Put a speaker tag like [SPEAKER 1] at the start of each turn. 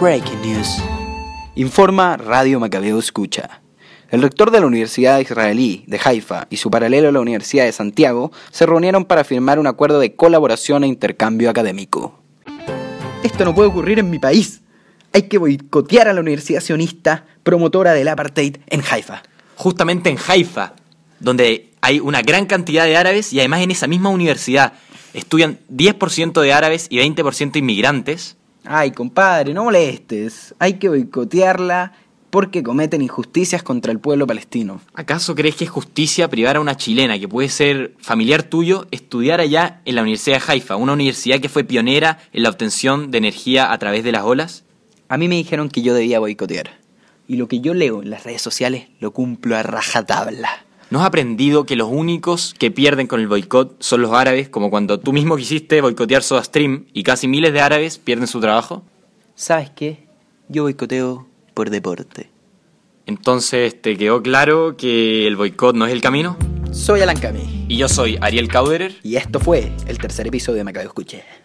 [SPEAKER 1] Breaking News. Informa Radio Macabeo Escucha. El rector de la Universidad Israelí de Haifa y su paralelo a la Universidad de Santiago se reunieron para firmar un acuerdo de colaboración e intercambio académico. Esto no puede ocurrir en mi país. Hay que boicotear a la Universidad Sionista, promotora del apartheid en Haifa.
[SPEAKER 2] Justamente en Haifa, donde hay una gran cantidad de árabes y además en esa misma universidad estudian 10% de árabes y 20% inmigrantes.
[SPEAKER 1] Ay, compadre, no molestes. Hay que boicotearla porque cometen injusticias contra el pueblo palestino.
[SPEAKER 2] ¿Acaso crees que es justicia privar a una chilena que puede ser familiar tuyo estudiar allá en la Universidad de Haifa, una universidad que fue pionera en la obtención de energía a través de las olas?
[SPEAKER 1] A mí me dijeron que yo debía boicotear. Y lo que yo leo en las redes sociales lo cumplo a rajatabla.
[SPEAKER 2] ¿No has aprendido que los únicos que pierden con el boicot son los árabes, como cuando tú mismo quisiste boicotear SodaStream y casi miles de árabes pierden su trabajo?
[SPEAKER 1] ¿Sabes qué? Yo boicoteo por deporte.
[SPEAKER 2] Entonces, ¿te quedó claro que el boicot no es el camino?
[SPEAKER 1] Soy Alan Cami
[SPEAKER 2] Y yo soy Ariel Cauderer.
[SPEAKER 1] y esto fue el tercer episodio de Macabeo Escuché.